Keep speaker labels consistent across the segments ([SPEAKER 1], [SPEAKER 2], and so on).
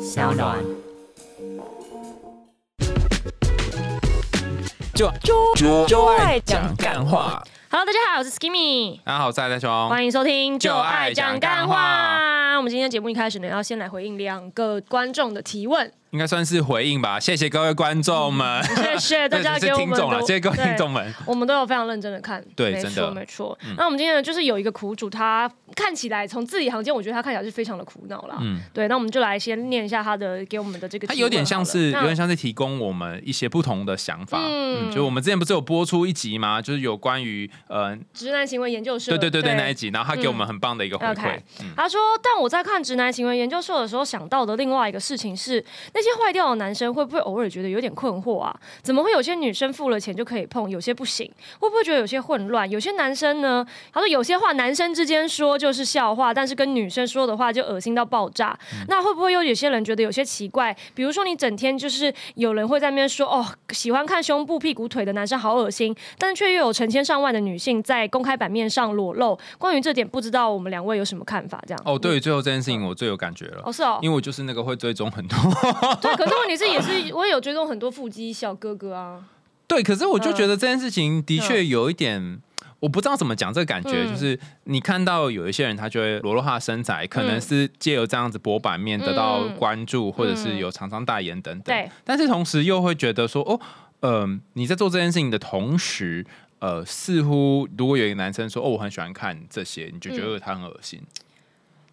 [SPEAKER 1] 小暖。
[SPEAKER 2] 就就就爱讲干话。
[SPEAKER 1] Hello，大家好，我是 Skimmy，
[SPEAKER 2] 大家好，我是爱大雄。
[SPEAKER 1] 欢迎收听《
[SPEAKER 2] 就爱讲干话》。
[SPEAKER 1] 我们今天节目一开始呢，要先来回应两个观众的 提问。
[SPEAKER 2] 应该算是回应吧，谢谢各位观众们，
[SPEAKER 1] 谢谢大家
[SPEAKER 2] 对
[SPEAKER 1] 给
[SPEAKER 2] 是
[SPEAKER 1] 我们
[SPEAKER 2] 听众了，
[SPEAKER 1] 的
[SPEAKER 2] 谢谢各位
[SPEAKER 1] 对
[SPEAKER 2] 听众嗯们。
[SPEAKER 1] 我们都有非常认真的看，
[SPEAKER 2] 对
[SPEAKER 1] 没
[SPEAKER 2] 真的
[SPEAKER 1] 错没错。那我们今天呢，就是有一个苦主，他看起来从字里行间，我觉得他看起来是非常的苦恼啦。
[SPEAKER 2] 嗯
[SPEAKER 1] 对，那我们就来先念一下他的给我们的这个
[SPEAKER 2] 它
[SPEAKER 1] 提
[SPEAKER 2] 有
[SPEAKER 1] 问好了，
[SPEAKER 2] 点像是，
[SPEAKER 1] 那
[SPEAKER 2] 有点像是提供我们一些不同的想法。嗯，
[SPEAKER 1] 嗯
[SPEAKER 2] 就我们之前不是有播出一集吗？就是有关于呃，
[SPEAKER 1] 直男行为研究社，
[SPEAKER 2] 对对对对那一集，然后他给我们很棒的一个回馈
[SPEAKER 1] OK。他说：“但我在看《直男行为研究社》的时候，想到的另外一个事情是，那些坏掉的男生会不会偶尔觉得有点困惑啊？怎么会有些女生付了钱就可以碰，有些不行？会不会觉得有些混乱？有些男生呢？他说有些话男生之间说就是笑话，但是跟女生说的话就恶心到爆炸。那会不会又有些人觉得有些奇怪？比如说你整天就是有人会在那边说哦，喜欢看胸部、屁股、腿的男生好恶心，但是却又有成千上万的女性在公开版面上裸露。关于这点，不知道我们两位有什么看法？这样
[SPEAKER 2] 哦，对于最后这件事情，我最有感觉了
[SPEAKER 1] 哦，，是哦，
[SPEAKER 2] 因为我就是那个会追踪很多。
[SPEAKER 1] 对。可是问题是，也是我也有追踪很多腹肌小哥哥啊，
[SPEAKER 2] 对，可是我
[SPEAKER 1] 嗯
[SPEAKER 2] 就觉得这件事情的确有一点。我不知道怎么讲这个感觉，
[SPEAKER 1] 嗯
[SPEAKER 2] 就是你看到有一些人，他就会裸露他的身材，可能是借由这样子博版面得到
[SPEAKER 1] 嗯
[SPEAKER 2] 关注，或者是有厂商代言等等。
[SPEAKER 1] 对
[SPEAKER 2] 但是同时又会觉得说，哦，嗯、你在做这件事情的同时，呃，似乎如果有一个男生说，哦，我很喜欢看这些，你就觉
[SPEAKER 1] 嗯
[SPEAKER 2] 得他很恶心。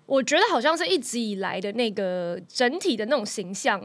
[SPEAKER 1] 我觉得好像是一直以来的那个整体的那种形象，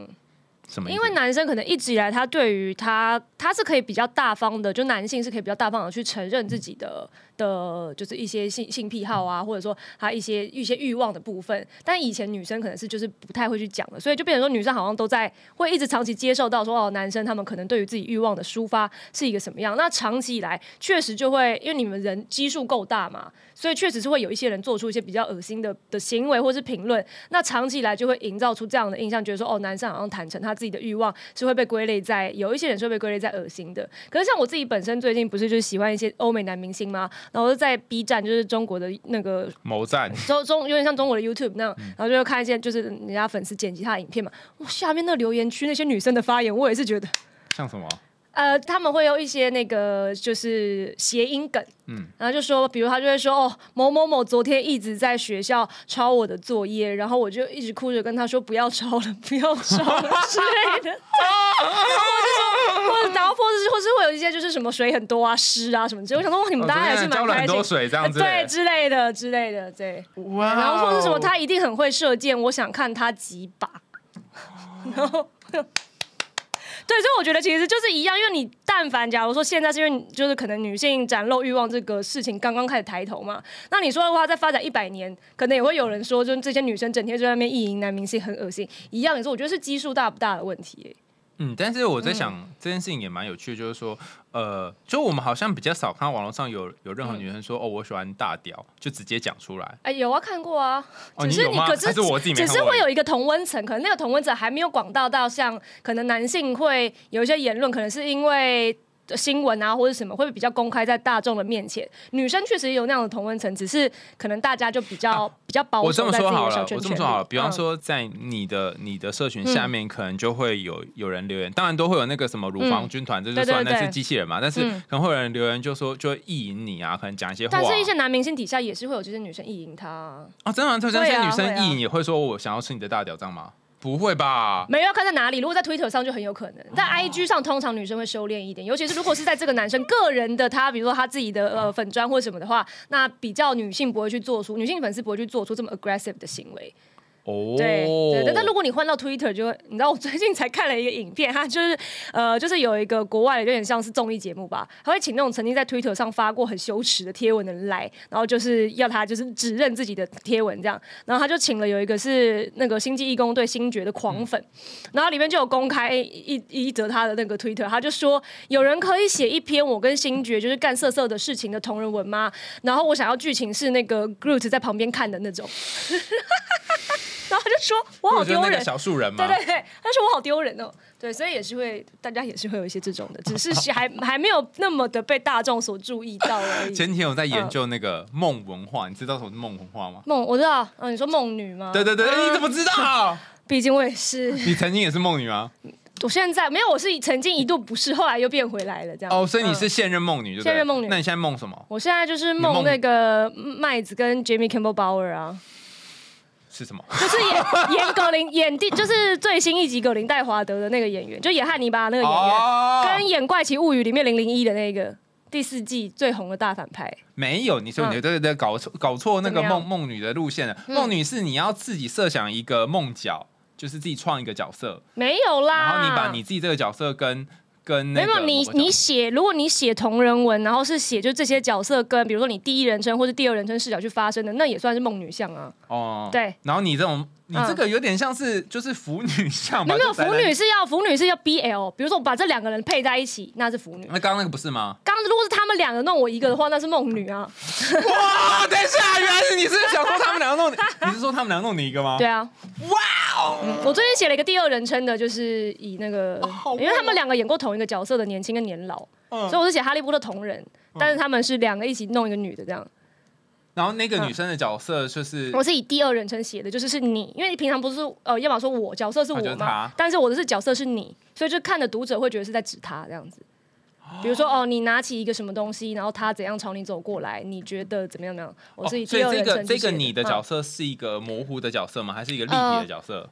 [SPEAKER 2] 什么意
[SPEAKER 1] 因
[SPEAKER 2] 思？
[SPEAKER 1] 为男生可能一直以来他对于他他是可以比较大方的，就男性是可以比较大方的去承认自己的的，就是一些性性癖好啊，或者说他一些一些欲望的部分。但以前女生可能是就是不太会去讲的，所以就变成说女生好像都在会一直长期接受到说哦，男生他们可能对于自己欲望的抒发是一个什么样。那长期以来确实就会因为你们人基数够大嘛，所以确实是会有一些人做出一些比较恶心的的行为或是评论。那长期以来就会营造出这样的印象，觉得说哦，男生好像坦诚他自己的欲望是会被归类在有一些人是会被归类在恶心的。可是像我自己本身最近不是就是喜欢一些欧美男明星吗？然后我就在 B 站就是中国的那个
[SPEAKER 2] 谋战，
[SPEAKER 1] 中中有点像中国的 YouTube 那样，然后就会看一些就是人家粉丝剪辑他的影片嘛。哇，下面那个留言区那些女生的发言，我也是觉得。
[SPEAKER 2] 像什么？
[SPEAKER 1] 呃，他们会用一些那个就是谐音梗，嗯
[SPEAKER 2] 嗯，
[SPEAKER 1] 然后就说，比如他就会说，哦，某某某昨天一直在学校抄我的作业，然后我就一直哭着跟他说不要抄了，不要抄了之 类的，或者然后或者是或是会有一些就是什么水很多啊、湿啊什么之类，我想说哇，你们大家还是
[SPEAKER 2] 哦昨天
[SPEAKER 1] 蛮
[SPEAKER 2] 浇了
[SPEAKER 1] 开
[SPEAKER 2] 很
[SPEAKER 1] 心呃
[SPEAKER 2] 多。水这样子，
[SPEAKER 1] 对，之类的之类的，对，
[SPEAKER 2] 哇哦
[SPEAKER 1] 然后或者什么他一定很会射箭，我想看他几把， 然后。对，所以我觉得其实就是一样，因为你但凡假如说现在是因为你就是可能女性展露欲望这个事情刚刚开始抬头嘛，那你说的话再发展一百年，可能也会有人说，就是这些女生整天就在那边意淫男明星很恶心，一样也是我觉得是基数大不大的问题、欸
[SPEAKER 2] 嗯，但是我在想、这件事情也蛮有趣的，就是说，呃，就我们好像比较少看到网络上有有
[SPEAKER 1] 嗯
[SPEAKER 2] 任何女生说、哦，我喜欢大屌，就直接讲出来。
[SPEAKER 1] 哎，有啊，看过啊，
[SPEAKER 2] 哦
[SPEAKER 1] 只
[SPEAKER 2] 你
[SPEAKER 1] 是
[SPEAKER 2] 有吗
[SPEAKER 1] 可是
[SPEAKER 2] 还是我自己没
[SPEAKER 1] 只
[SPEAKER 2] 看
[SPEAKER 1] 是
[SPEAKER 2] 过
[SPEAKER 1] 会有一个同温层，可能那个同温层还没有广大到像可能男性会有一些言论，可能是因为。新闻啊，或者什么会比较公开在大众的面前，女生确实有那样的同温层，只是可能大家就比较、比较保
[SPEAKER 2] 啊我这
[SPEAKER 1] 守
[SPEAKER 2] 么
[SPEAKER 1] 在自己
[SPEAKER 2] 说好
[SPEAKER 1] 的
[SPEAKER 2] 了，
[SPEAKER 1] 小
[SPEAKER 2] 我
[SPEAKER 1] 圈圈里。
[SPEAKER 2] 这么说好了，比方
[SPEAKER 1] 嗯，
[SPEAKER 2] 说在你的你的社群下
[SPEAKER 1] 嗯
[SPEAKER 2] 面，可能就会有有人留言，当然都会有那个什么乳房军团，这就
[SPEAKER 1] 对对
[SPEAKER 2] 算那
[SPEAKER 1] 对
[SPEAKER 2] 是机器人嘛，但是
[SPEAKER 1] 嗯
[SPEAKER 2] 可能会有人留言就说就会意淫你啊，可能讲一些话啊。
[SPEAKER 1] 但是一些男明星底下也是会有这些女生意淫他啊、
[SPEAKER 2] 哦，真的吗，就
[SPEAKER 1] 会
[SPEAKER 2] 像
[SPEAKER 1] 啊
[SPEAKER 2] 一些女
[SPEAKER 1] 会
[SPEAKER 2] 生
[SPEAKER 1] 啊
[SPEAKER 2] 意淫也会说我想要吃你的大屌，这样吗？不会吧？
[SPEAKER 1] 没有要看在哪里。如果在 Twitter 上就很有可能，在 IG 上通常女生会收敛一点，尤其是如果是在这个男生个人的他，比如说他自己的呃粉砖或什么的话，那比较女性不会去做出，女性粉丝不会去做出这么 aggressive 的行为。
[SPEAKER 2] 哦，
[SPEAKER 1] 对对对，但如果你换到 Twitter 就会，你知道我最近才看了一个影片， 它就是呃，就是有一个国外的有点像是综艺节目吧，他会请那种曾经在 Twitter 上发过很羞耻的贴文的人来，然后就是要他就是指认自己的贴文这样，然后他就请了有一个是那个星际义工队星爵的狂粉，然后里面就有公开一一一则他的那个 Twitter，他就说有人可以写一篇我跟星爵就是干色色的事情的同人文吗？然后我想要剧情是那个 Groot 在旁边看的那种。 然后他就说：“我好
[SPEAKER 2] 我觉得
[SPEAKER 1] 丢
[SPEAKER 2] 那个
[SPEAKER 1] 人，哦
[SPEAKER 2] 小树人嘛，
[SPEAKER 1] 对对对，他说我好丢人哦。对，所以也是会，大家也是会有一些这种的，只是还还没有那么的被大众所注意到而已。
[SPEAKER 2] 前几天我在研究那个梦文化，你知道什么是梦文化吗？
[SPEAKER 1] 梦，我知道，嗯、你说梦女吗？
[SPEAKER 2] 对对对，哎你怎么知道？
[SPEAKER 1] 毕竟我也是，
[SPEAKER 2] 你曾经也是梦女啊？
[SPEAKER 1] 我现在没有，我是曾经一度不是，后来又变回来了这样。
[SPEAKER 2] 哦，所以你
[SPEAKER 1] 嗯
[SPEAKER 2] 是现任梦女，对不对？
[SPEAKER 1] 现任梦女
[SPEAKER 2] 那你现在梦什么？
[SPEAKER 1] 我现在就是
[SPEAKER 2] 你
[SPEAKER 1] 梦
[SPEAKER 2] 梦
[SPEAKER 1] 那个麦子跟 Jimmy Campbell Bauer 啊，
[SPEAKER 2] 是什么？
[SPEAKER 1] 就是 演演格林演第就是最新一集格林戴华德的那个演员，就演汉尼拔那个演员，
[SPEAKER 2] 哦
[SPEAKER 1] 跟演《怪奇物语》里面零零一的那个第四季最红的大反派。
[SPEAKER 2] 没有，你说你对对搞错搞错那个
[SPEAKER 1] 嗯怎么样
[SPEAKER 2] 梦梦女的路线了。
[SPEAKER 1] 嗯
[SPEAKER 2] 梦女是你要自己设想一个梦角，就是自己创一个角色，
[SPEAKER 1] 没有啦，
[SPEAKER 2] 然后你把你自己这个角色跟跟
[SPEAKER 1] 啊没
[SPEAKER 2] 那
[SPEAKER 1] 有
[SPEAKER 2] 个
[SPEAKER 1] 你
[SPEAKER 2] 某个角
[SPEAKER 1] 你写，如果你写同人文，然后是写就这些角色跟比如说你第一人称或者第二人称视角去发生的，那也算是梦女像啊。
[SPEAKER 2] 哦，
[SPEAKER 1] 对。嗯
[SPEAKER 2] 然后你这种你这个有点像是就是腐女像吧？
[SPEAKER 1] 没有
[SPEAKER 2] 就宅
[SPEAKER 1] 腐
[SPEAKER 2] 男
[SPEAKER 1] 女。是要腐女是要 BL，比如说我把这两个人配在一起，那是腐女。
[SPEAKER 2] 那刚刚那个不是吗？
[SPEAKER 1] 刚如果是他们两个弄我一个的话，那是梦女啊。
[SPEAKER 2] 哇！等一下，原来是你是想说他们两个弄你，你是说他们两个弄你一个吗？
[SPEAKER 1] 对啊，哇、哦！我最近写了一个第二人称的，就是以那个，
[SPEAKER 2] 哦好
[SPEAKER 1] 因为他们两个演过同一个角色的年轻跟年老，
[SPEAKER 2] 嗯
[SPEAKER 1] 所以我是写哈利波特同人，但是他们是两个一起弄一个女的这样。
[SPEAKER 2] 然后那个女生的角色就是
[SPEAKER 1] 我是以第二人称写的，就是是你，因为你平常不是呃，要么说我角色是我
[SPEAKER 2] 啊就是
[SPEAKER 1] 嘛
[SPEAKER 2] 他，
[SPEAKER 1] 但是我的是角色是你，所以就看的读者会觉得是在指他这样子。比如说哦，你拿起一个什么东西，然后他怎样朝你走过来，你觉得怎么样？怎么样？我
[SPEAKER 2] 哦
[SPEAKER 1] 是以
[SPEAKER 2] 所以
[SPEAKER 1] 第二
[SPEAKER 2] 这
[SPEAKER 1] 人
[SPEAKER 2] 个
[SPEAKER 1] 称去
[SPEAKER 2] 这
[SPEAKER 1] 写
[SPEAKER 2] 个你的
[SPEAKER 1] 嗯
[SPEAKER 2] 角色是一个模糊的角色吗？还是一个立体
[SPEAKER 1] 呃
[SPEAKER 2] 的角色？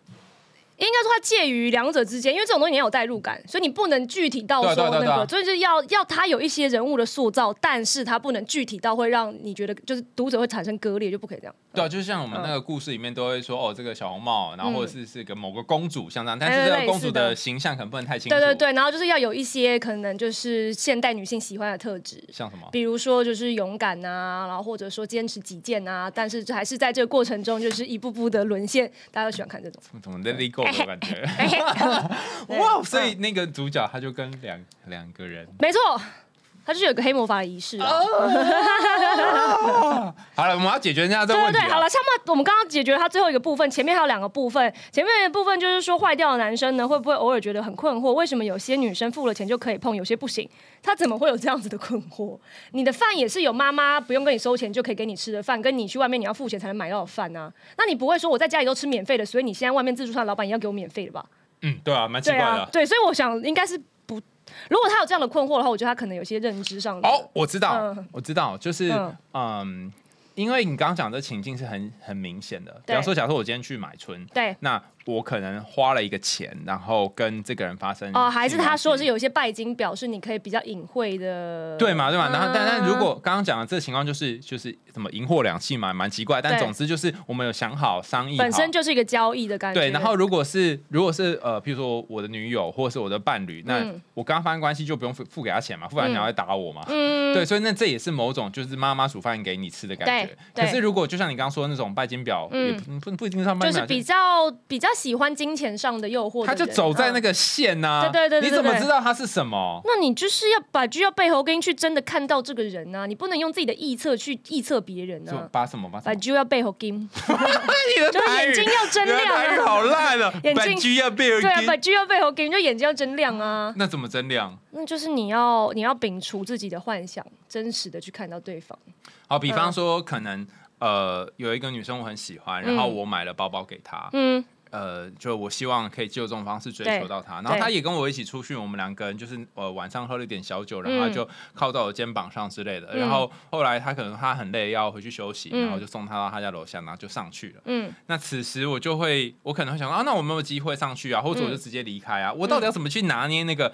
[SPEAKER 1] 应该说它介于两者之间，因为这种东西你要有代入感，所以你不能具体到
[SPEAKER 2] 对
[SPEAKER 1] 说
[SPEAKER 2] 啊对啊
[SPEAKER 1] 那
[SPEAKER 2] 对啊
[SPEAKER 1] 个，所以就是要要它有一些人物的塑造，但是它不能具体到会让你觉得就是读者会产生割裂，就不可以这样。
[SPEAKER 2] 对啊，就是像我们那个故事里面都会说，哦，这个小红帽，然后
[SPEAKER 1] 嗯
[SPEAKER 2] 或者是是个某个公主像这样，但
[SPEAKER 1] 哎
[SPEAKER 2] 是这
[SPEAKER 1] 类
[SPEAKER 2] 个公主
[SPEAKER 1] 似的
[SPEAKER 2] 的形象可能不能太清楚。
[SPEAKER 1] 对对，对，然后就是要有一些可能就是现代女性喜欢的特质。
[SPEAKER 2] 像什么？
[SPEAKER 1] 比如说，就是勇敢啊，然后或者说坚持己见啊，但是还是在这个过程中，就是一步步的沦陷，大家都喜欢看这种。
[SPEAKER 2] 怎么 Let It Go 的感觉？哇！所以那个主角他就跟两两个人。
[SPEAKER 1] 没错，它就是有个黑魔法的仪式啊。
[SPEAKER 2] 好了，我们要解决人家这个
[SPEAKER 1] 对
[SPEAKER 2] 问题
[SPEAKER 1] 对
[SPEAKER 2] 啊。
[SPEAKER 1] 对，好了，下面我们刚刚解决它最后一个部分，前面还有两个部分。前面的部分就是说，坏掉的男生呢，会不会偶尔觉得很困惑？为什么有些女生付了钱就可以碰，有些不行？他怎么会有这样子的困惑？你的饭也是有妈妈不用跟你收钱就可以给你吃的饭，跟你去外面你要付钱才能买到的饭啊？那你不会说我在家里都吃免费的，所以你现在外面自助餐的老板也要给我免费的吧？
[SPEAKER 2] 嗯，对啊，蛮奇
[SPEAKER 1] 对
[SPEAKER 2] 怪的
[SPEAKER 1] 啊
[SPEAKER 2] 啊。，
[SPEAKER 1] 对，所以我想应该是不，如果他有这样的困惑的话，我觉得他可能有些认知上的。
[SPEAKER 2] 哦，我知道
[SPEAKER 1] 嗯，
[SPEAKER 2] 我知道，就是
[SPEAKER 1] 嗯
[SPEAKER 2] 嗯，因为你刚刚讲的情境是很很明显的。比
[SPEAKER 1] 对
[SPEAKER 2] 方说，假设我今天去买春，
[SPEAKER 1] 对。
[SPEAKER 2] 那我可能花了一个钱，然后跟这个人发生
[SPEAKER 1] 哦，还是
[SPEAKER 2] 性
[SPEAKER 1] 他
[SPEAKER 2] 关
[SPEAKER 1] 说的
[SPEAKER 2] 系
[SPEAKER 1] 是有一些拜金表示你可以比较隐晦的，
[SPEAKER 2] 对嘛，对嘛。然后，但但
[SPEAKER 1] 嗯
[SPEAKER 2] 如果刚刚讲的这个情况，就是就是什么银货两讫嘛，蛮奇怪。但
[SPEAKER 1] 对
[SPEAKER 2] 总之就是我们有想好商议好，
[SPEAKER 1] 本身就是一个交易的感觉。
[SPEAKER 2] 对。然后如果是如果是呃，譬如说我的女友或者是我的伴侣，那
[SPEAKER 1] 嗯
[SPEAKER 2] 我刚发生关系就不用付付给他钱嘛，付完钱
[SPEAKER 1] 嗯
[SPEAKER 2] 他会打我嘛。
[SPEAKER 1] 嗯，
[SPEAKER 2] 对，所以那这也是某种就是妈妈煮饭给你吃的感觉。
[SPEAKER 1] 对
[SPEAKER 2] 可
[SPEAKER 1] 对
[SPEAKER 2] 是如果就像你刚刚说的那种拜金表，
[SPEAKER 1] 嗯
[SPEAKER 2] 也不不不一定算拜
[SPEAKER 1] 就
[SPEAKER 2] 金表，
[SPEAKER 1] 是比较比较喜欢金钱上的诱惑的人，
[SPEAKER 2] 他就走在那
[SPEAKER 1] 嗯。
[SPEAKER 2] 个线呐、
[SPEAKER 1] 对对对对
[SPEAKER 2] 你怎么
[SPEAKER 1] 对
[SPEAKER 2] 知道它是什么？
[SPEAKER 1] 那你就是要把就要背后跟去真的看到这个人啊，你不能用自己的臆测去臆测别人
[SPEAKER 2] 就
[SPEAKER 1] 啊。
[SPEAKER 2] 把什么把什
[SPEAKER 1] 把
[SPEAKER 2] 么？
[SPEAKER 1] 就要背后 跟，
[SPEAKER 2] 你的
[SPEAKER 1] 就是
[SPEAKER 2] 台
[SPEAKER 1] 眼
[SPEAKER 2] 语
[SPEAKER 1] 睛要睁
[SPEAKER 2] 你的台语
[SPEAKER 1] 亮啊。
[SPEAKER 2] 好烂了，
[SPEAKER 1] 眼睛
[SPEAKER 2] 本居要被
[SPEAKER 1] 对啊，把就要背后跟，就眼睛要睁亮啊。
[SPEAKER 2] 那怎么增量？
[SPEAKER 1] 那就是你要你要摒除自己的幻想，真实的去看到对方。
[SPEAKER 2] 好，比
[SPEAKER 1] 嗯
[SPEAKER 2] 方说可能。呃，有一个女生我很喜欢，然后我买了包包给她，
[SPEAKER 1] 嗯，
[SPEAKER 2] 呃，就我希望可以就这种方式追求
[SPEAKER 1] 对
[SPEAKER 2] 到她，然后她
[SPEAKER 1] 对
[SPEAKER 2] 也跟我一起出去，我们两个人就是呃晚上喝了一点小酒，然后
[SPEAKER 1] 嗯
[SPEAKER 2] 她就靠到我肩膀上之类的，
[SPEAKER 1] 嗯
[SPEAKER 2] 然后后来她可能她很累要回去休息，
[SPEAKER 1] 嗯
[SPEAKER 2] 然后就送她到她家楼下，然后就上去了。
[SPEAKER 1] 嗯，
[SPEAKER 2] 那此时我就会，我可能会想说啊，那我有没有机会上去啊，或
[SPEAKER 1] 嗯
[SPEAKER 2] 者我就直接离开啊？我到底要怎么去拿捏那个？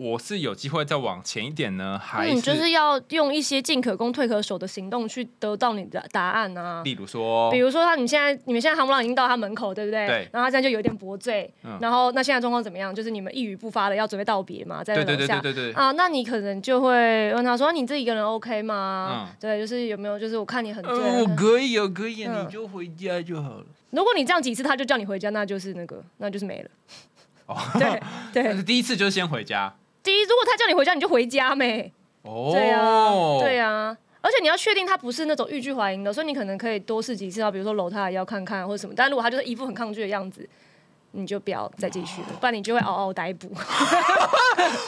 [SPEAKER 2] 我是有机会再往前一点呢，还是、
[SPEAKER 1] 嗯，就是要用一些进可攻退可守的行动去得到你的答案啊。
[SPEAKER 2] 例如说
[SPEAKER 1] 比，如说，他你现在你们现在航母浪已经到他门口，对不对？
[SPEAKER 2] 对
[SPEAKER 1] 然后他现在就有点薄醉，
[SPEAKER 2] 嗯
[SPEAKER 1] 然后那现在状况怎么样？就是你们一语不发的要准备道别嘛，在那
[SPEAKER 2] 对
[SPEAKER 1] 楼下
[SPEAKER 2] 对对对对对，
[SPEAKER 1] 啊，那你可能就会问他说：“啊你自己一个人 OK 吗？”
[SPEAKER 2] 嗯
[SPEAKER 1] 对，就是有没有就是我看你很醉。
[SPEAKER 2] 呃，我可以，我可以，
[SPEAKER 1] 嗯
[SPEAKER 2] 你就回家就好了。
[SPEAKER 1] 如果你这样几次，他就叫你回家，那就是那个，那就是没了。
[SPEAKER 2] 哦
[SPEAKER 1] 对
[SPEAKER 2] 但
[SPEAKER 1] 对，
[SPEAKER 2] 是第一次就是先回家
[SPEAKER 1] 第一，如果他叫你回家，你就回家呗。
[SPEAKER 2] 哦，
[SPEAKER 1] 对啊，对啊。而且你要确定他不是那种欲拒还迎的，所以你可能可以多试几次啊，比如说搂他的腰看看或者什么。但如果他哦就是一副很抗拒的样子，你就不要再继续了，不然你就会嗷嗷待哺。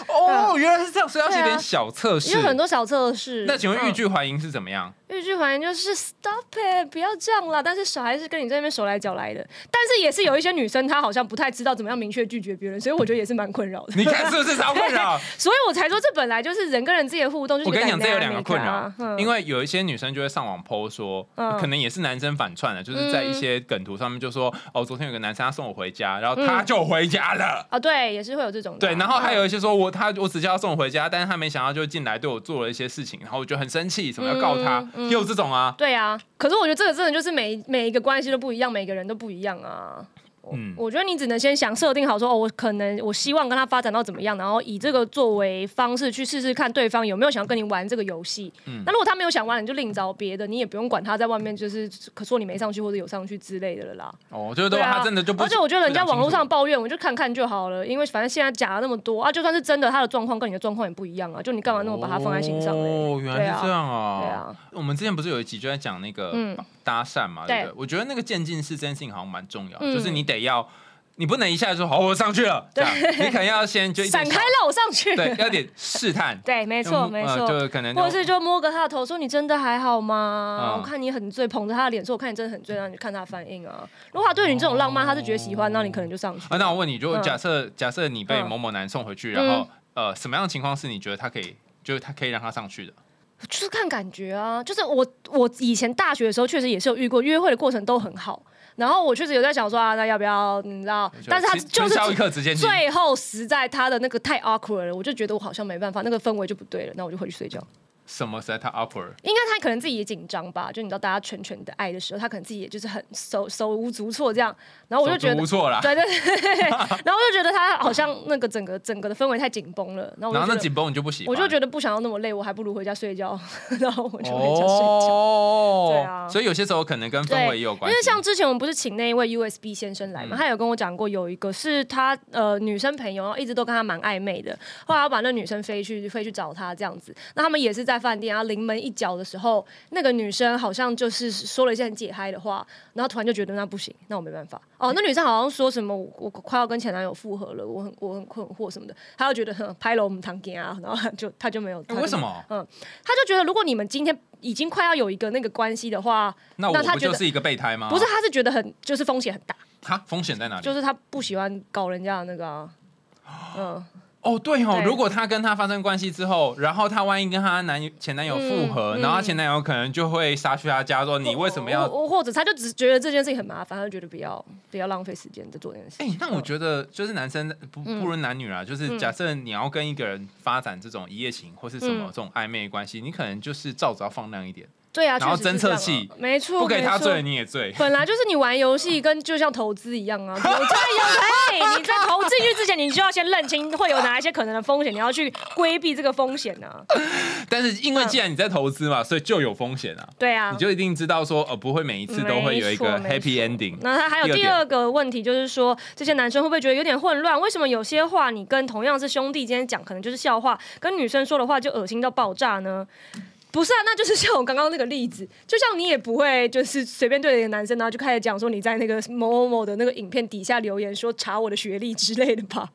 [SPEAKER 2] 哦，原来是这样，所以要写
[SPEAKER 1] 对啊
[SPEAKER 2] 点小测
[SPEAKER 1] 因
[SPEAKER 2] 试
[SPEAKER 1] 为。很多嗯小测试。
[SPEAKER 2] 那请问欲
[SPEAKER 1] 嗯
[SPEAKER 2] 拒还迎是怎么样？
[SPEAKER 1] 欲拒还迎就是 stop it，不要这样啦。但是小孩是跟你在那边手来脚来的，但是也是有一些女生她好像不太知道怎么样明确拒绝别人，所以我觉得也是蛮困扰的。
[SPEAKER 2] 你看是不是超困扰？
[SPEAKER 1] 所以我才说这本来就是人跟人之间的互动，就是
[SPEAKER 2] 我跟你讲，这有两个
[SPEAKER 1] dynamic
[SPEAKER 2] 困
[SPEAKER 1] 啊
[SPEAKER 2] 扰，因为有一些女生就会上网 PO 说，
[SPEAKER 1] 嗯
[SPEAKER 2] 可能也是男生反串的，就是在一些梗图上面就说，哦，昨天有个男生他送我回家，然后他就回家了。
[SPEAKER 1] 啊，对，也是会有这种的啊。
[SPEAKER 2] 对，然后还
[SPEAKER 1] 嗯
[SPEAKER 2] 有一些说我他我只叫他送我回家，但是他没想到就进来对我做了一些事情，然后我就很生气，什么要告他
[SPEAKER 1] 嗯，嗯
[SPEAKER 2] 也有这种啊。
[SPEAKER 1] 对啊，可是我觉得这个真的就是每每一个关系都不一样，每个人都不一样啊。我
[SPEAKER 2] 嗯
[SPEAKER 1] 我觉得你只能先想设定好说，哦，我可能我希望跟他发展到怎么样，然后以这个作为方式去试试看对方有没有想要跟你玩这个游戏。
[SPEAKER 2] 嗯
[SPEAKER 1] 那如果他没有想玩，你就另找别的，你也不用管他在外面就是可说你没上去或者有上去之类的了啦。
[SPEAKER 2] 哦，就是如
[SPEAKER 1] 对
[SPEAKER 2] 果
[SPEAKER 1] 啊
[SPEAKER 2] 他真的就不，
[SPEAKER 1] 而且我觉得人家
[SPEAKER 2] 不讲清楚
[SPEAKER 1] 网络上抱怨，我就看看就好了，因为反正现在假的那么多啊，就算是真的，他的状况跟你的状况也不一样啊，就你干嘛那么把他放在心上嘞？
[SPEAKER 2] 哦，原来是这样
[SPEAKER 1] 对
[SPEAKER 2] 哦。
[SPEAKER 1] 啊，
[SPEAKER 2] 我们之前不是有一集就在讲那个
[SPEAKER 1] 嗯
[SPEAKER 2] 搭讪嘛，对不对
[SPEAKER 1] 对？
[SPEAKER 2] 我觉得那个渐进式这件事情好像蛮重要，
[SPEAKER 1] 嗯
[SPEAKER 2] 就是你得要，你不能一下就说好我上去了， 这样你可能要先就一点
[SPEAKER 1] 闪开让我上去。，
[SPEAKER 2] 对，要点试探
[SPEAKER 1] 对，没错，
[SPEAKER 2] 用
[SPEAKER 1] 没
[SPEAKER 2] 呃
[SPEAKER 1] 错。
[SPEAKER 2] 就是可能
[SPEAKER 1] 或者是就摸个他的头，说你真的还好吗？
[SPEAKER 2] 嗯
[SPEAKER 1] 我看你很醉，捧着他的脸说，我看你真的很醉，然后你就看他反应啊。如果他对你这种浪漫，他是觉得喜欢，那你可能就上去。
[SPEAKER 2] 啊，那我问你，就
[SPEAKER 1] 嗯
[SPEAKER 2] 假设、假设你被
[SPEAKER 1] 嗯
[SPEAKER 2] 某某男送回去，然后、呃，什么样的情况是你觉得他可以，就是他可以让他上去的？
[SPEAKER 1] 就是看感觉啊，就是我我以前大学的时候确实也是有遇过，约会的过程都很好，然后我确实有在想说啊，那要不要你知道？但是他
[SPEAKER 2] 春
[SPEAKER 1] 就是
[SPEAKER 2] 春宵一刻值千金，
[SPEAKER 1] 最后实在他的那个太 awkward 了，我就觉得我好像没办法，那个氛围就不对了，那我就回去睡觉。
[SPEAKER 2] 什么实在太 upper，
[SPEAKER 1] 应该他可能自己也紧张吧，就你知道大家拳拳的爱的时候，他可能自己也就是很手手无足措这样，然后我就觉得
[SPEAKER 2] 不。错啦。
[SPEAKER 1] 对对对， 然后我就觉得他好像那个整个整个的氛围太紧绷了，然后
[SPEAKER 2] 然后
[SPEAKER 1] 我就
[SPEAKER 2] 那
[SPEAKER 1] 觉得
[SPEAKER 2] 紧绷你就不喜欢，
[SPEAKER 1] 我就觉得不想要那么累，我还不如回家睡觉， 然后我就回家睡觉。
[SPEAKER 2] 哦
[SPEAKER 1] 对啊
[SPEAKER 2] 所以有些时候可能跟氛围也有
[SPEAKER 1] 因
[SPEAKER 2] 关系，嗯
[SPEAKER 1] 为像之前我们不是请那一位 USB 先生来嘛，他有跟我讲过，有一个是他呃女生朋友，然后一直都跟他蛮暧昧的，后来我把那女生飞去飞去找他这样子，那他们也是在饭店，然后临门一脚的时候，那个女生好像就是说了一些很解嗨的话，然后突然就觉得那不行，那我没办法哦，那女生好像说什么我我快要跟前男友复合了，我很我很困惑什么的，他就觉得哼拍了我们堂间啊，然后他就他就没有，
[SPEAKER 2] 哎
[SPEAKER 1] 他就
[SPEAKER 2] 为什？么？
[SPEAKER 1] 嗯他就觉得如果你们今天已经快要有一个那个关系的话，
[SPEAKER 2] 那我
[SPEAKER 1] 那他
[SPEAKER 2] 不
[SPEAKER 1] 觉
[SPEAKER 2] 就
[SPEAKER 1] 得
[SPEAKER 2] 是一个备胎吗？
[SPEAKER 1] 不是，，他是觉得很就是风险很大，
[SPEAKER 2] 他风险在哪里？
[SPEAKER 1] 就是他不喜欢搞人家的那个、啊，嗯，
[SPEAKER 2] 哦，对哦，
[SPEAKER 1] 对
[SPEAKER 2] 如果她跟她发生关系之后，然后她万一跟她男前男友复合，
[SPEAKER 1] 嗯嗯哦
[SPEAKER 2] 然后她前男友可能就会杀去她家说：“你为什么要
[SPEAKER 1] 我或者他就只是觉得这件事情很麻烦，他就觉得不要不要浪费时间在做这件事？”
[SPEAKER 2] 哎、
[SPEAKER 1] 情。
[SPEAKER 2] 那我觉得就是男生不
[SPEAKER 1] 嗯
[SPEAKER 2] 不论男女啊，就是假设你要跟一个人发展这种一夜情或是什么
[SPEAKER 1] 嗯
[SPEAKER 2] 这种暧昧关系，你可能就是罩子要放亮一点，
[SPEAKER 1] 对啊，
[SPEAKER 2] 然后
[SPEAKER 1] 确实是
[SPEAKER 2] 侦测
[SPEAKER 1] 这样
[SPEAKER 2] 器
[SPEAKER 1] 啊没错，
[SPEAKER 2] 不给他
[SPEAKER 1] 没错
[SPEAKER 2] 醉你也 醉。
[SPEAKER 1] 本来就是你玩游戏跟就像投资一样 啊，有赚有赔。你在投进去之前，你就要先认清会有哪一些可能的风险，你要去规避这个风险啊。
[SPEAKER 2] 但是
[SPEAKER 1] 嗯
[SPEAKER 2] 因为既然你在投资嘛，所以就有风险啊，
[SPEAKER 1] 对啊，
[SPEAKER 2] 你就一定知道说，呃，不会每一次都会有一个
[SPEAKER 1] 没错没
[SPEAKER 2] happy ending。
[SPEAKER 1] 那他还有第二个问题，就是说这些男生会不会觉得有点混乱？为什么有些话你跟同样是兄弟之间讲，可能就是笑话，跟女生说的话就恶心到爆炸呢？不是啊，那就是像我刚刚那个例子，就像你也不会就是随便对着一个男生，然后就开始讲说你在那个某某某的那个影片底下留言说查我的学历之类的吧。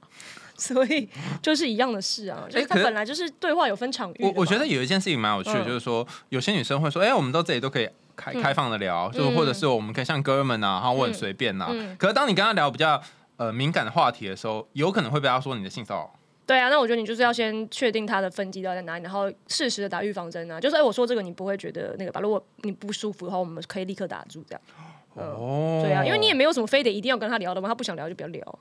[SPEAKER 1] 所以就是一样的事啊，就是
[SPEAKER 2] 哎
[SPEAKER 1] 他
[SPEAKER 2] 可是
[SPEAKER 1] 本来就是对话有分场域的
[SPEAKER 2] 我
[SPEAKER 1] 嘛。
[SPEAKER 2] 我觉得有一件事情蛮有趣的，
[SPEAKER 1] 嗯
[SPEAKER 2] 就是说有些女生会说，哎、我们到这里都可以开开放的聊，就
[SPEAKER 1] 嗯
[SPEAKER 2] 或者是我们可以像哥们啊，然后我很随便呐、
[SPEAKER 1] 嗯
[SPEAKER 2] 可是当你跟她聊比较呃敏感的话题的时候，有可能会被她说你的性骚扰。
[SPEAKER 1] 对啊，那我觉得你就是要先确定他的分级到底在哪里，然后适时的打预防针啊。就是哎、我说这个你不会觉得那个吧？如果你不舒服的话，我们可以立刻打住这样。
[SPEAKER 2] 哦
[SPEAKER 1] 对啊，因为你也没有什么非得一定要跟他聊的嘛，他不想聊就不要聊。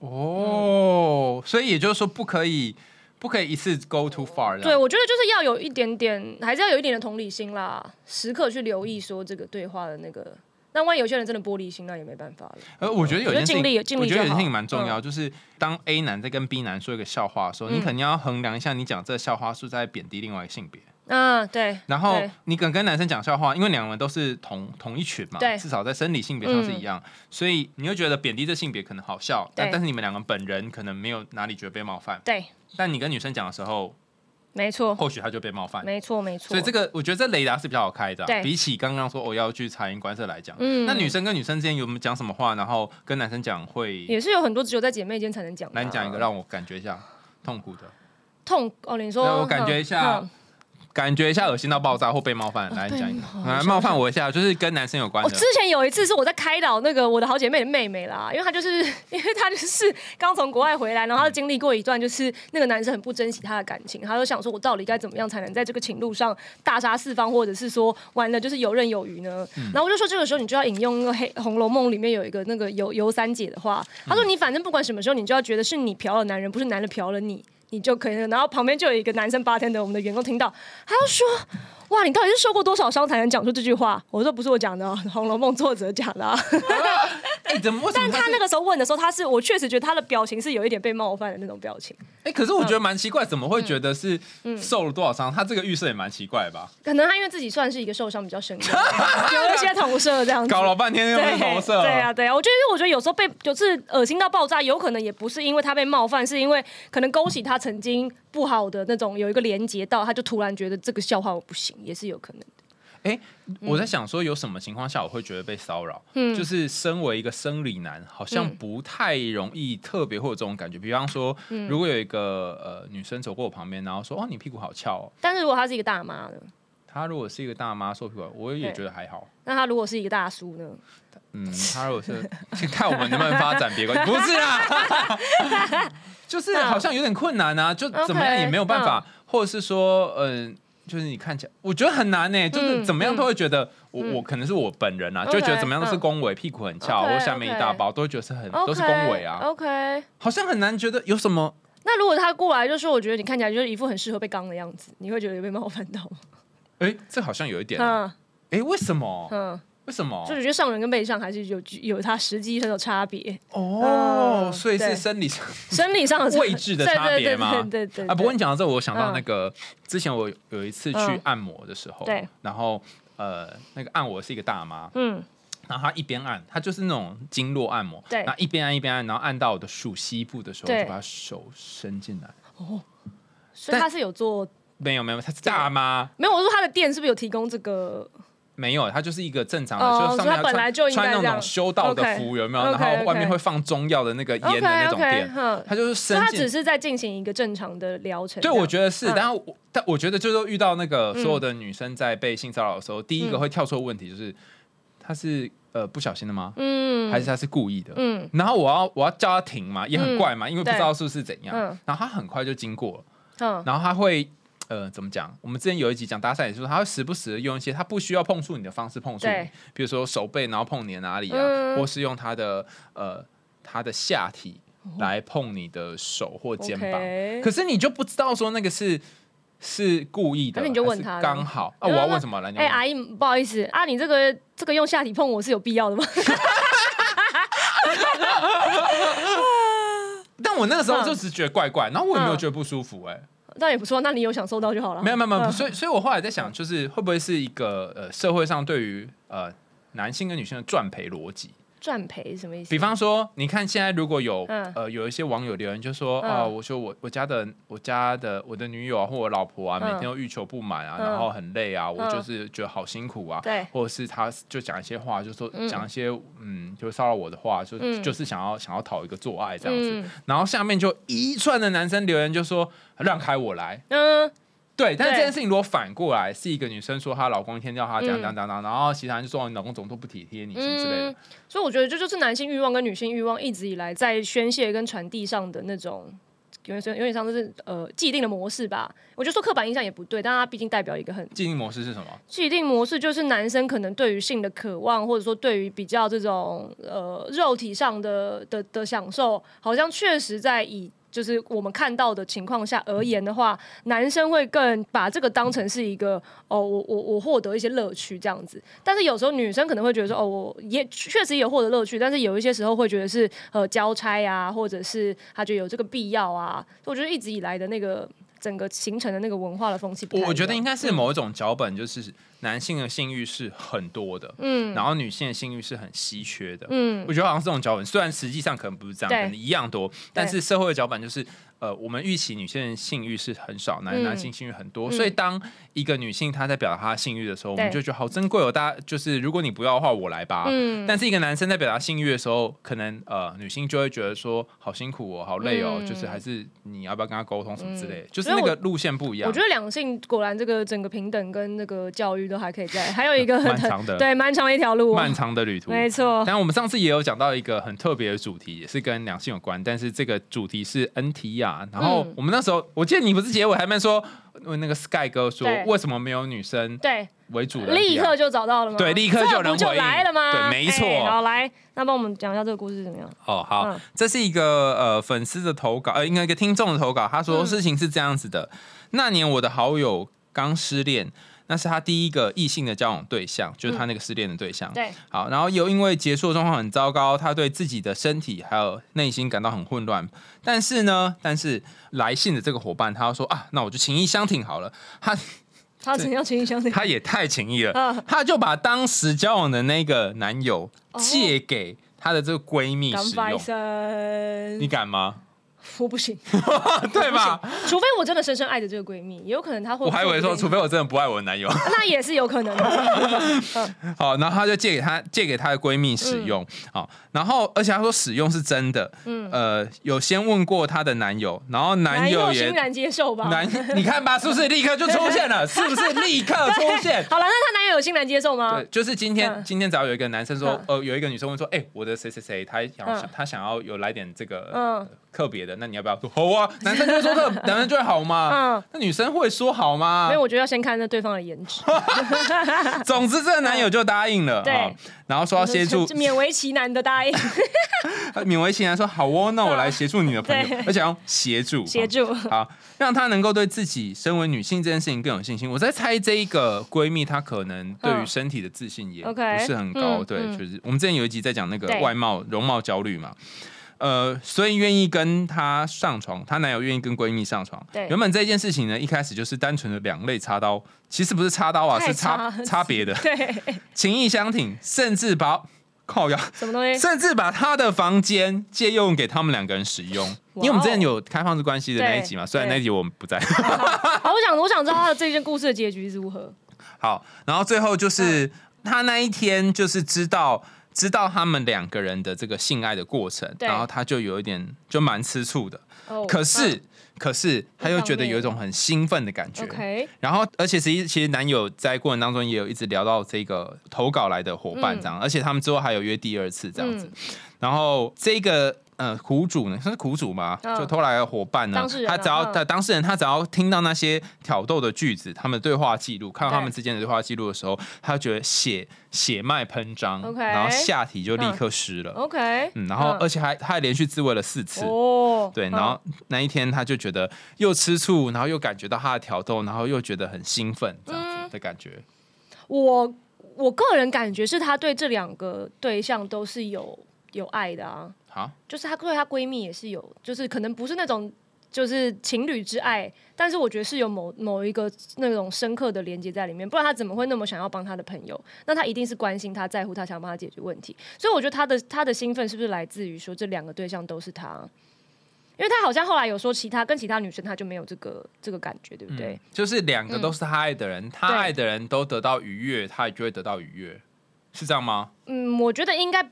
[SPEAKER 1] 嗯
[SPEAKER 2] 哦，所以也就是说不可以不可以一次 go too far 的。
[SPEAKER 1] 对，我觉得就是要有一点点，还是要有一点的同理心啦，时刻去留意说这个对话的那个。那万一有些人真的玻璃心，那也没办法了。
[SPEAKER 2] 呃，我觉得有一件事
[SPEAKER 1] 我觉得尽力
[SPEAKER 2] 情，
[SPEAKER 1] 尽
[SPEAKER 2] 我
[SPEAKER 1] 力
[SPEAKER 2] 觉
[SPEAKER 1] 就好
[SPEAKER 2] 得有一件事情蛮重要，就是当 A 男在跟 B 男说一个笑话的时候，你
[SPEAKER 1] 嗯
[SPEAKER 2] 肯定要衡量一下，你讲这个笑话是不是在贬低另外一个性别。
[SPEAKER 1] 嗯，对。
[SPEAKER 2] 然后
[SPEAKER 1] 对
[SPEAKER 2] 你敢跟男生讲笑话，因为两个人都是同同一群嘛，
[SPEAKER 1] 对嗯
[SPEAKER 2] 至少在生理性别上是一样，所以你会觉得贬低这性别可能好笑，但
[SPEAKER 1] 对
[SPEAKER 2] 但是你们两个本人可能没有哪里觉得被冒犯，
[SPEAKER 1] 对，
[SPEAKER 2] 但你跟女生讲的时候，
[SPEAKER 1] 没错，
[SPEAKER 2] 或许他就被冒犯。
[SPEAKER 1] 没错，没错。
[SPEAKER 2] 所以这个，我觉得这雷达是比较好开的啊、
[SPEAKER 1] 对
[SPEAKER 2] 比起刚刚说我要去察言观色来讲，
[SPEAKER 1] 嗯
[SPEAKER 2] 那女生跟女生之间有没有讲什么话，然后跟男生讲会？
[SPEAKER 1] 也是有很多只有在姐妹间才能讲的啊、
[SPEAKER 2] 来，你讲一个让我感觉一下。痛苦的？
[SPEAKER 1] 痛哦，你说
[SPEAKER 2] 那我感觉一下
[SPEAKER 1] 嗯
[SPEAKER 2] 感觉一下恶心到爆炸或被冒犯，来
[SPEAKER 1] 被
[SPEAKER 2] 你讲一
[SPEAKER 1] 哦冒
[SPEAKER 2] 个，
[SPEAKER 1] 犯
[SPEAKER 2] 来冒犯我一下，就是跟男生有关
[SPEAKER 1] 我
[SPEAKER 2] 的
[SPEAKER 1] 哦之。前有一次是我在开导那个我的好姐妹的妹妹啦，因为她就是 因为她就是刚从国外回来，然后她经历过一段就是那个男生很不珍惜她的感情，她就想说我到底该怎么样才能在这个情路上大杀四方，或者是说完了就是游刃有余呢？
[SPEAKER 2] 嗯
[SPEAKER 1] 然后我就说这个时候你就要引用那个黑《红楼梦》里面有一个那个尤尤三姐的话，她说你反正不管什么时候，你就要觉得是你嫖了男人，不是男人嫖了你。你就可以了，然后旁边就有一个男生八天的我们的员工听到，他就说：“哇，你到底是受过多少伤才能讲出这句话？”我说：“不是我讲的哦，《红楼梦》作者讲的、啊。
[SPEAKER 2] 哎，怎么？为”什
[SPEAKER 1] 但
[SPEAKER 2] 么
[SPEAKER 1] 他
[SPEAKER 2] 是
[SPEAKER 1] 那个时候问的时候，他是我确实觉得他的表情是有一点被冒犯的那种表情，
[SPEAKER 2] 哎，可是我觉
[SPEAKER 1] 嗯
[SPEAKER 2] 得蛮奇怪，怎么会觉得是受了多少伤？他这个预设也蛮奇怪吧？
[SPEAKER 1] 可能他因为自己算是一个受伤比较深刻，有一些投射这样子。
[SPEAKER 2] 搞了半天又
[SPEAKER 1] 嗯对
[SPEAKER 2] 是投射，
[SPEAKER 1] 对啊，对啊，我觉得我觉得有时候被就是恶心到爆炸，有可能也不是因为他被冒犯，是因为可能勾起他曾经不好的那种有一个连接到，他就突然觉得这个笑话我不行，也是有可能。
[SPEAKER 2] 我
[SPEAKER 1] 嗯
[SPEAKER 2] 在想说，有什么情况下我会觉得被骚扰？就是身为一个生理男，好像
[SPEAKER 1] 嗯
[SPEAKER 2] 不太容易特别会有这种感觉。比方说，
[SPEAKER 1] 嗯
[SPEAKER 2] 如果有一个呃女生走过我旁边，然后说：“哦，你屁股好翘哦。
[SPEAKER 1] 但是如果他是一个大妈呢？”
[SPEAKER 2] 她如果是一个大妈说屁股好，我也觉得还好。
[SPEAKER 1] 那他如果是一个大叔呢？
[SPEAKER 2] 嗯，她如果是先看我们能不能发展别的关系，不是啊， 就是好像有点困难啊，就怎么样
[SPEAKER 1] 嗯 OK，
[SPEAKER 2] 也没有办法，或者是说，嗯、就是你看起来，我觉得很难呢、欸就是
[SPEAKER 1] 嗯
[SPEAKER 2] 怎么样都会觉得我、
[SPEAKER 1] 嗯
[SPEAKER 2] 我可能是我本人啊，
[SPEAKER 1] OK，
[SPEAKER 2] 就会觉得怎么样都是
[SPEAKER 1] 嗯
[SPEAKER 2] 恭维，屁股很翘
[SPEAKER 1] OK，哦
[SPEAKER 2] 或下面一大包，都会觉得是很
[SPEAKER 1] o k
[SPEAKER 2] 都是恭维啊，
[SPEAKER 1] OK，
[SPEAKER 2] 好像很难觉得有什么。
[SPEAKER 1] 那如果他过来就说，我觉得你看起来就是一副很适合被刚的样子，你会觉得有被冒犯到吗？
[SPEAKER 2] 哎、这好像有一点、啊，
[SPEAKER 1] 嗯
[SPEAKER 2] 哎、为什么？
[SPEAKER 1] 嗯，
[SPEAKER 2] 为什么
[SPEAKER 1] 就？是觉得上人跟被上还是有有他实际上的差 别，
[SPEAKER 2] 哦，
[SPEAKER 1] 嗯
[SPEAKER 2] 所以是
[SPEAKER 1] 对
[SPEAKER 2] 生理上
[SPEAKER 1] 生理 上的差
[SPEAKER 2] 位置的差别吗
[SPEAKER 1] 对对对对对对
[SPEAKER 2] 啊，不过你讲到这，我想到
[SPEAKER 1] 嗯
[SPEAKER 2] 那个、之前我有一次去
[SPEAKER 1] 嗯
[SPEAKER 2] 按摩的时候，
[SPEAKER 1] 对，
[SPEAKER 2] 然后呃，那个按我是一个大妈，
[SPEAKER 1] 嗯
[SPEAKER 2] 然后她一边按，她就是那种经络按摩，
[SPEAKER 1] 对
[SPEAKER 2] 然后一边按一边按，然后按到我的属膝部的时候，
[SPEAKER 1] 对
[SPEAKER 2] 就把手伸进来，
[SPEAKER 1] 所以
[SPEAKER 2] 但
[SPEAKER 1] 他是有做
[SPEAKER 2] 没有没有，她是大妈，
[SPEAKER 1] 没有？我说他的店是不是有提供这个？
[SPEAKER 2] 没有，她就是一个正常的，
[SPEAKER 1] 哦
[SPEAKER 2] 就是上
[SPEAKER 1] 所
[SPEAKER 2] 面
[SPEAKER 1] 以她
[SPEAKER 2] 要
[SPEAKER 1] 本来就
[SPEAKER 2] 穿
[SPEAKER 1] 应该
[SPEAKER 2] 穿那
[SPEAKER 1] 这
[SPEAKER 2] 种
[SPEAKER 1] 样
[SPEAKER 2] 修道的
[SPEAKER 1] OK，
[SPEAKER 2] 服，有没有？然
[SPEAKER 1] OK，
[SPEAKER 2] 后外面
[SPEAKER 1] OK
[SPEAKER 2] 会放中药的那个烟的
[SPEAKER 1] OK
[SPEAKER 2] 那种
[SPEAKER 1] OK，
[SPEAKER 2] 店，
[SPEAKER 1] 哼，
[SPEAKER 2] 她就是
[SPEAKER 1] 所以
[SPEAKER 2] 伸
[SPEAKER 1] 他
[SPEAKER 2] 进
[SPEAKER 1] 只是在进行一个正常的疗程。
[SPEAKER 2] 对，我觉
[SPEAKER 1] 得
[SPEAKER 2] 得是，
[SPEAKER 1] 嗯
[SPEAKER 2] 但是我但我觉得就是遇到那个所有的女生在被性骚扰的时
[SPEAKER 1] 嗯
[SPEAKER 2] 候，第一个会跳出的问题就是，她是呃不小心的吗？
[SPEAKER 1] 嗯
[SPEAKER 2] 还是她是故意的？
[SPEAKER 1] 嗯
[SPEAKER 2] 然后我要我要叫她停嘛，也很怪嘛，因为不
[SPEAKER 1] 对
[SPEAKER 2] 知道是不是怎样
[SPEAKER 1] 嗯。
[SPEAKER 2] 然后她很快就经过了，
[SPEAKER 1] 嗯
[SPEAKER 2] 然后她会呃怎么讲？我们之前有一集讲搭讪，也是说她会时不时地用一些她不需要碰触你的方式碰触你
[SPEAKER 1] 对，
[SPEAKER 2] 比如说手背，然后碰你的哪里啊，
[SPEAKER 1] 嗯
[SPEAKER 2] 或是用她的呃她的下体来碰你的手或肩膀。
[SPEAKER 1] 哦，OK，
[SPEAKER 2] 可是你就不知道说那个是是故意的，
[SPEAKER 1] 那你就问
[SPEAKER 2] 还是
[SPEAKER 1] 他了
[SPEAKER 2] 刚好啊，
[SPEAKER 1] 那
[SPEAKER 2] 我要问什么来？你
[SPEAKER 1] 哎、
[SPEAKER 2] 问
[SPEAKER 1] 阿姨，不好意思啊，你这个这个用下体碰我是有必要的吗？
[SPEAKER 2] 但我那个时候
[SPEAKER 1] 嗯
[SPEAKER 2] 就只觉得怪怪，然后我也没有
[SPEAKER 1] 嗯
[SPEAKER 2] 觉得不舒服，哎，
[SPEAKER 1] 那也不错，那你有享受到就好了。
[SPEAKER 2] 没有没有没有，
[SPEAKER 1] 嗯
[SPEAKER 2] 所以所以我后来在想，就是会不会是一个呃社会上对于呃男性跟女性的赚赔逻辑？
[SPEAKER 1] 赚赔是什么意思
[SPEAKER 2] 比？方说，你看现在如果有
[SPEAKER 1] 嗯
[SPEAKER 2] 呃有一些网友留言就说
[SPEAKER 1] 嗯
[SPEAKER 2] 啊，我说我我家的我家的我的女友啊或我老婆啊，每
[SPEAKER 1] 嗯
[SPEAKER 2] 天都欲求不满啊，
[SPEAKER 1] 嗯
[SPEAKER 2] 然后很累啊，我
[SPEAKER 1] 嗯
[SPEAKER 2] 就是觉得好辛苦啊，
[SPEAKER 1] 对
[SPEAKER 2] 或者是他就讲一些话，就说
[SPEAKER 1] 嗯
[SPEAKER 2] 讲一些嗯，就是骚扰我的话，就
[SPEAKER 1] 嗯
[SPEAKER 2] 就是想要想要讨一个做爱这样子
[SPEAKER 1] 嗯，
[SPEAKER 2] 然后下面就一串的男生留言就说让开我来，
[SPEAKER 1] 嗯，
[SPEAKER 2] 对，但是
[SPEAKER 1] 对
[SPEAKER 2] 这件事情如果反过来是一个女生说她老公一天叫她讲讲讲讲，然后其他人就说你老公怎么都不体贴你什么之类的
[SPEAKER 1] 嗯，所以我觉得这就是男性欲望跟女性欲望一直以来在宣泄跟传递上的那种。有点像有点像是呃既定的模式吧，我就说刻板印象也不对，但它毕竟代表一个很
[SPEAKER 2] 既定模式是什么？
[SPEAKER 1] 既定模式就是男生可能对于性的渴望，或者说对于比较这种呃肉体上的的的享受，好像确实在以就是我们看到的情况下而言的话，男生会更把这个当成是一个哦，我我我获得一些乐趣这样子。但是有时候女生可能会觉得说，哦，我也确实也获得乐趣，但是有一些时候会觉得是呃交差啊，或者是她觉得有这个必要啊。所以我觉得一直以来的那个整个形成的那个文化的风气不太一
[SPEAKER 2] 我
[SPEAKER 1] 样，嗯
[SPEAKER 2] 我觉得应该是某一种脚本，就是男性的性欲是很多的，
[SPEAKER 1] 嗯
[SPEAKER 2] 然后女性的性欲是很稀缺的。
[SPEAKER 1] 嗯
[SPEAKER 2] 我觉得好像是这种脚本，虽然实际上可能不是这样，
[SPEAKER 1] 对
[SPEAKER 2] 可能一样多，但是社会的脚本就是呃，我们预期女性性欲是很少，男
[SPEAKER 1] 嗯
[SPEAKER 2] 男性性欲很多，
[SPEAKER 1] 嗯
[SPEAKER 2] 所以当一个女性她在表达她的性欲的时候，我
[SPEAKER 1] 对
[SPEAKER 2] 们就觉得好珍贵哦。大家就是如果你不要的话，我来吧。
[SPEAKER 1] 嗯
[SPEAKER 2] 但是一个男生在表达性欲的时候，可能呃女性就会觉得说好辛苦哦，好累哦，
[SPEAKER 1] 嗯
[SPEAKER 2] 就是还是你要不要跟他沟通什么之类的，就是
[SPEAKER 1] 因
[SPEAKER 2] 那
[SPEAKER 1] 为我
[SPEAKER 2] 个路线不一样啊
[SPEAKER 1] 我觉。得两性果然这个整个平等跟那个教育都还可以在，还有一个很
[SPEAKER 2] 漫长的
[SPEAKER 1] 对漫长的一条路、哦
[SPEAKER 2] 漫，长的旅途，
[SPEAKER 1] 没错，
[SPEAKER 2] 但我们上次也有讲到一个很特别的主题，也是跟两性有关，但是这个主题是 NTR。然后
[SPEAKER 1] 嗯
[SPEAKER 2] 我们那时候，我记得你不是结尾还没说，呃那个 Sky 哥说
[SPEAKER 1] 对
[SPEAKER 2] 为什么没有女生
[SPEAKER 1] 对，
[SPEAKER 2] 为主的 NTR？
[SPEAKER 1] 立刻就找到了吗？
[SPEAKER 2] 对立刻就有
[SPEAKER 1] 这
[SPEAKER 2] 人
[SPEAKER 1] 不就
[SPEAKER 2] 回应
[SPEAKER 1] 来了吗？
[SPEAKER 2] 对没错
[SPEAKER 1] 哎好，来，那帮我们讲一下这个故事怎么样？
[SPEAKER 2] 哦，好，
[SPEAKER 1] 嗯
[SPEAKER 2] 这是一个呃粉丝的投稿，呃，应该一个听众的投稿。他说
[SPEAKER 1] 嗯
[SPEAKER 2] 事情是这样子的：那年我的好友刚失恋，那是他第一个异性的交往对象，就是他那个失恋的对象。
[SPEAKER 1] 嗯对，
[SPEAKER 2] 好，然后又因为结束的状况很糟糕，他对自己的身体还有内心感到很混乱。但是呢，但是来信的这个伙伴，他说啊，那我就情意相挺好了。 他
[SPEAKER 1] 他怎样情绪相挺？
[SPEAKER 2] 他也太情意
[SPEAKER 1] 嗯
[SPEAKER 2] 了，他就把当时交往的那个男友借给她的这个闺蜜
[SPEAKER 1] 敢
[SPEAKER 2] 使
[SPEAKER 1] 发一
[SPEAKER 2] 用。你
[SPEAKER 1] 声，
[SPEAKER 2] 敢吗？
[SPEAKER 1] 我不行，
[SPEAKER 2] 对吧？
[SPEAKER 1] 除非我真的深深爱着这个闺蜜，也有可能她会。啊
[SPEAKER 2] 我还以为说，除非我真的不爱我的男友。
[SPEAKER 1] 那也是有可能的。
[SPEAKER 2] 好，然后她就借给她借给她的闺蜜使
[SPEAKER 1] 嗯
[SPEAKER 2] 用。好，然后而且她说使用是真的。呃，有先问过她的男友，然后 男
[SPEAKER 1] 男友
[SPEAKER 2] 友
[SPEAKER 1] 欣
[SPEAKER 2] 也
[SPEAKER 1] 然接受吧。
[SPEAKER 2] 男，你看吧，是不是立刻就出现 了？是不是立刻出现？
[SPEAKER 1] 好了，那她男友有欣然接受吗
[SPEAKER 2] 对？，就是今天，
[SPEAKER 1] 嗯
[SPEAKER 2] 今天只要有一个男生说，呃，有一个女生问说，哎、我的谁谁谁，他想、
[SPEAKER 1] 嗯
[SPEAKER 2] 他想要有来点这个、呃
[SPEAKER 1] 嗯
[SPEAKER 2] 特别的，那你要不要说好啊？男生就会说 特，男生就会好吗？
[SPEAKER 1] 嗯
[SPEAKER 2] 那女生会说好吗？
[SPEAKER 1] 没有，我觉得要先看那对方的颜 值，
[SPEAKER 2] 总之，这个男友就答应了，
[SPEAKER 1] 对
[SPEAKER 2] 啊然后说要协助呃
[SPEAKER 1] 就勉为其难 的答应
[SPEAKER 2] 勉为其难说好哦，那我来协助你的朋友
[SPEAKER 1] 嗯对，
[SPEAKER 2] 而且要协 助
[SPEAKER 1] 协
[SPEAKER 2] 啊
[SPEAKER 1] 助。
[SPEAKER 2] 好，让她能够对自己身为女性这件事情更有信心。我在猜这一个闺蜜，她可能对于
[SPEAKER 1] 嗯
[SPEAKER 2] 身体的自信也
[SPEAKER 1] OK，
[SPEAKER 2] 不是很高。
[SPEAKER 1] 嗯
[SPEAKER 2] 对，
[SPEAKER 1] 嗯
[SPEAKER 2] 就是我们之前有一集在讲那个
[SPEAKER 1] 对
[SPEAKER 2] 外貌容貌焦虑嘛。呃，所以愿意跟她上床，她男友愿意跟闺蜜上床。
[SPEAKER 1] 对
[SPEAKER 2] 原本这件事情呢，一开始就是单纯的两肋插刀，其实不是插刀啊，
[SPEAKER 1] 太
[SPEAKER 2] 是插
[SPEAKER 1] 插了
[SPEAKER 2] 插别的。
[SPEAKER 1] 对，
[SPEAKER 2] 情意相挺，甚至把靠腰，
[SPEAKER 1] 什么东西？
[SPEAKER 2] 甚至把他的房间借用给他们两个人使用。因为我们之前有开放式关系的那一集嘛，
[SPEAKER 1] 哦对
[SPEAKER 2] 虽然那一集我们不在。啊
[SPEAKER 1] 好，我想我想知道她的这件故事的结局是如何。
[SPEAKER 2] 好，然后最后
[SPEAKER 1] 嗯
[SPEAKER 2] 就是他那一天就是知道。知道他们两个人的这个性爱的过程，
[SPEAKER 1] 对
[SPEAKER 2] 然后他就有一点就蛮吃醋的，
[SPEAKER 1] 哦
[SPEAKER 2] 可是、可是他又
[SPEAKER 1] 一方
[SPEAKER 2] 觉得
[SPEAKER 1] 面
[SPEAKER 2] 有一种很兴奋的感觉。
[SPEAKER 1] 嗯 OK，
[SPEAKER 2] 然后，而且实际其实男友在过程当中也有一直聊到这个投稿来的伙
[SPEAKER 1] 嗯
[SPEAKER 2] 伴这样，而且他们之后还有约第二次这样子。然后这个呃苦主呢，算是苦主嘛，
[SPEAKER 1] 嗯
[SPEAKER 2] 就偷来的伙伴呢
[SPEAKER 1] 当事，人啊
[SPEAKER 2] 他只要
[SPEAKER 1] 嗯
[SPEAKER 2] 他当事人他只要听到那些挑逗的句子，他们的对话记录，看到
[SPEAKER 1] 对
[SPEAKER 2] 他们之间的对话记录的时候，他觉得血血脉喷张
[SPEAKER 1] OK
[SPEAKER 2] 然后下体就立刻湿了。
[SPEAKER 1] OK，
[SPEAKER 2] 嗯，然后
[SPEAKER 1] 嗯
[SPEAKER 2] 而且还他还连续自慰了四次。
[SPEAKER 1] 哦，
[SPEAKER 2] 对，
[SPEAKER 1] 嗯
[SPEAKER 2] 然后那一天他就觉得又吃醋，然后又感觉到他的挑逗，然后又觉得很兴奋这样
[SPEAKER 1] 嗯
[SPEAKER 2] 子的感觉。
[SPEAKER 1] 我我个人感觉是她对这两个对象都是有有爱的啊，
[SPEAKER 2] 好，
[SPEAKER 1] 就是她对她闺蜜也是有，就是可能不是那种就是情侣之爱，但是我觉得是有某某一个那种深刻的连接在里面，不然她怎么会那么想要帮她的朋友？那她一定是关心她、在乎她，想帮她解决问题。所以我觉得她的她的兴奋是不是来自于说这两个对象都是她？因为她好像后来有说，其他跟其他女生她就没有这个这个感觉，对不对？
[SPEAKER 2] 就是两个
[SPEAKER 1] 嗯
[SPEAKER 2] 都是他爱的人，他爱的人都得到愉悦，他也就会得到愉悦，是这样吗？
[SPEAKER 1] 嗯，我觉得应该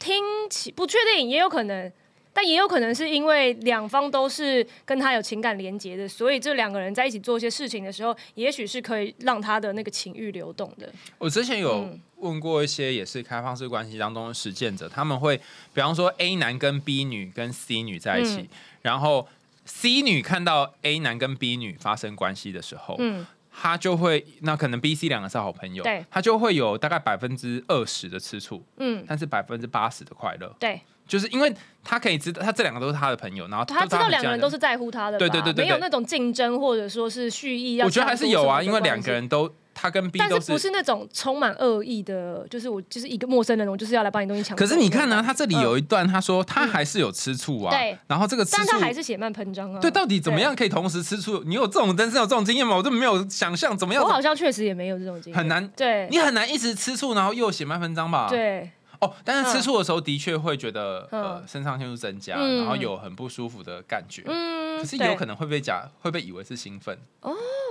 [SPEAKER 1] 听起不确定，也有可能，但也有可能是因为两方都是跟他有情感连结的，所以这两个人在一起做一些事情的时候，也许是可以让他的那个情欲流动的。
[SPEAKER 2] 我之前
[SPEAKER 1] 嗯
[SPEAKER 2] 有问过一些也是开放式关系当中的实践者，他们会，比方说 A 男跟 B 女跟 C 女在一起，
[SPEAKER 1] 嗯
[SPEAKER 2] 然后 C 女看到 A 男跟 B 女发生关系的时候，
[SPEAKER 1] 嗯，
[SPEAKER 2] 他就会，那可能 B、C 两个是好朋友
[SPEAKER 1] 对，
[SPEAKER 2] 他就会有大概百分之二十的吃醋，
[SPEAKER 1] 嗯，
[SPEAKER 2] 但是百分之八十的快乐，
[SPEAKER 1] 对，
[SPEAKER 2] 就是因为他可以知道，他这两个都是他的朋友，然后
[SPEAKER 1] 他知道两个人都
[SPEAKER 2] 是，
[SPEAKER 1] 是在乎他的吧，
[SPEAKER 2] 对对对对对
[SPEAKER 1] 没有那种竞争或者说是蓄意要。
[SPEAKER 2] 我觉得还是有啊，因为两个。人都，他跟 B
[SPEAKER 1] 但是
[SPEAKER 2] 都
[SPEAKER 1] 不是那种充满恶意的，就是我就是一个陌生人，我就是要来把你东西抢走。
[SPEAKER 2] 可是你看啊呢、
[SPEAKER 1] 那种
[SPEAKER 2] 他这里有一段他说他还是有吃醋啊，
[SPEAKER 1] 嗯啊对
[SPEAKER 2] 然后这个吃
[SPEAKER 1] 但
[SPEAKER 2] 醋
[SPEAKER 1] 他。还是血脉喷张啊。
[SPEAKER 2] 对，到底怎么样可以同时吃醋？你有这种真是有这种经验吗？我真的没有想象怎么样
[SPEAKER 1] 我，好像确实也没有这种经验，
[SPEAKER 2] 很难
[SPEAKER 1] 对，
[SPEAKER 2] 你很难一直吃醋，然后又血脉喷张吧？
[SPEAKER 1] 对，
[SPEAKER 2] 哦，但是吃醋的时候的确会觉得、
[SPEAKER 1] 嗯
[SPEAKER 2] 呃肾上腺素增加，
[SPEAKER 1] 嗯
[SPEAKER 2] 然后有很不舒服的感觉，
[SPEAKER 1] 嗯，
[SPEAKER 2] 可是
[SPEAKER 1] 对
[SPEAKER 2] 也有可能会被假会被以为是兴奋。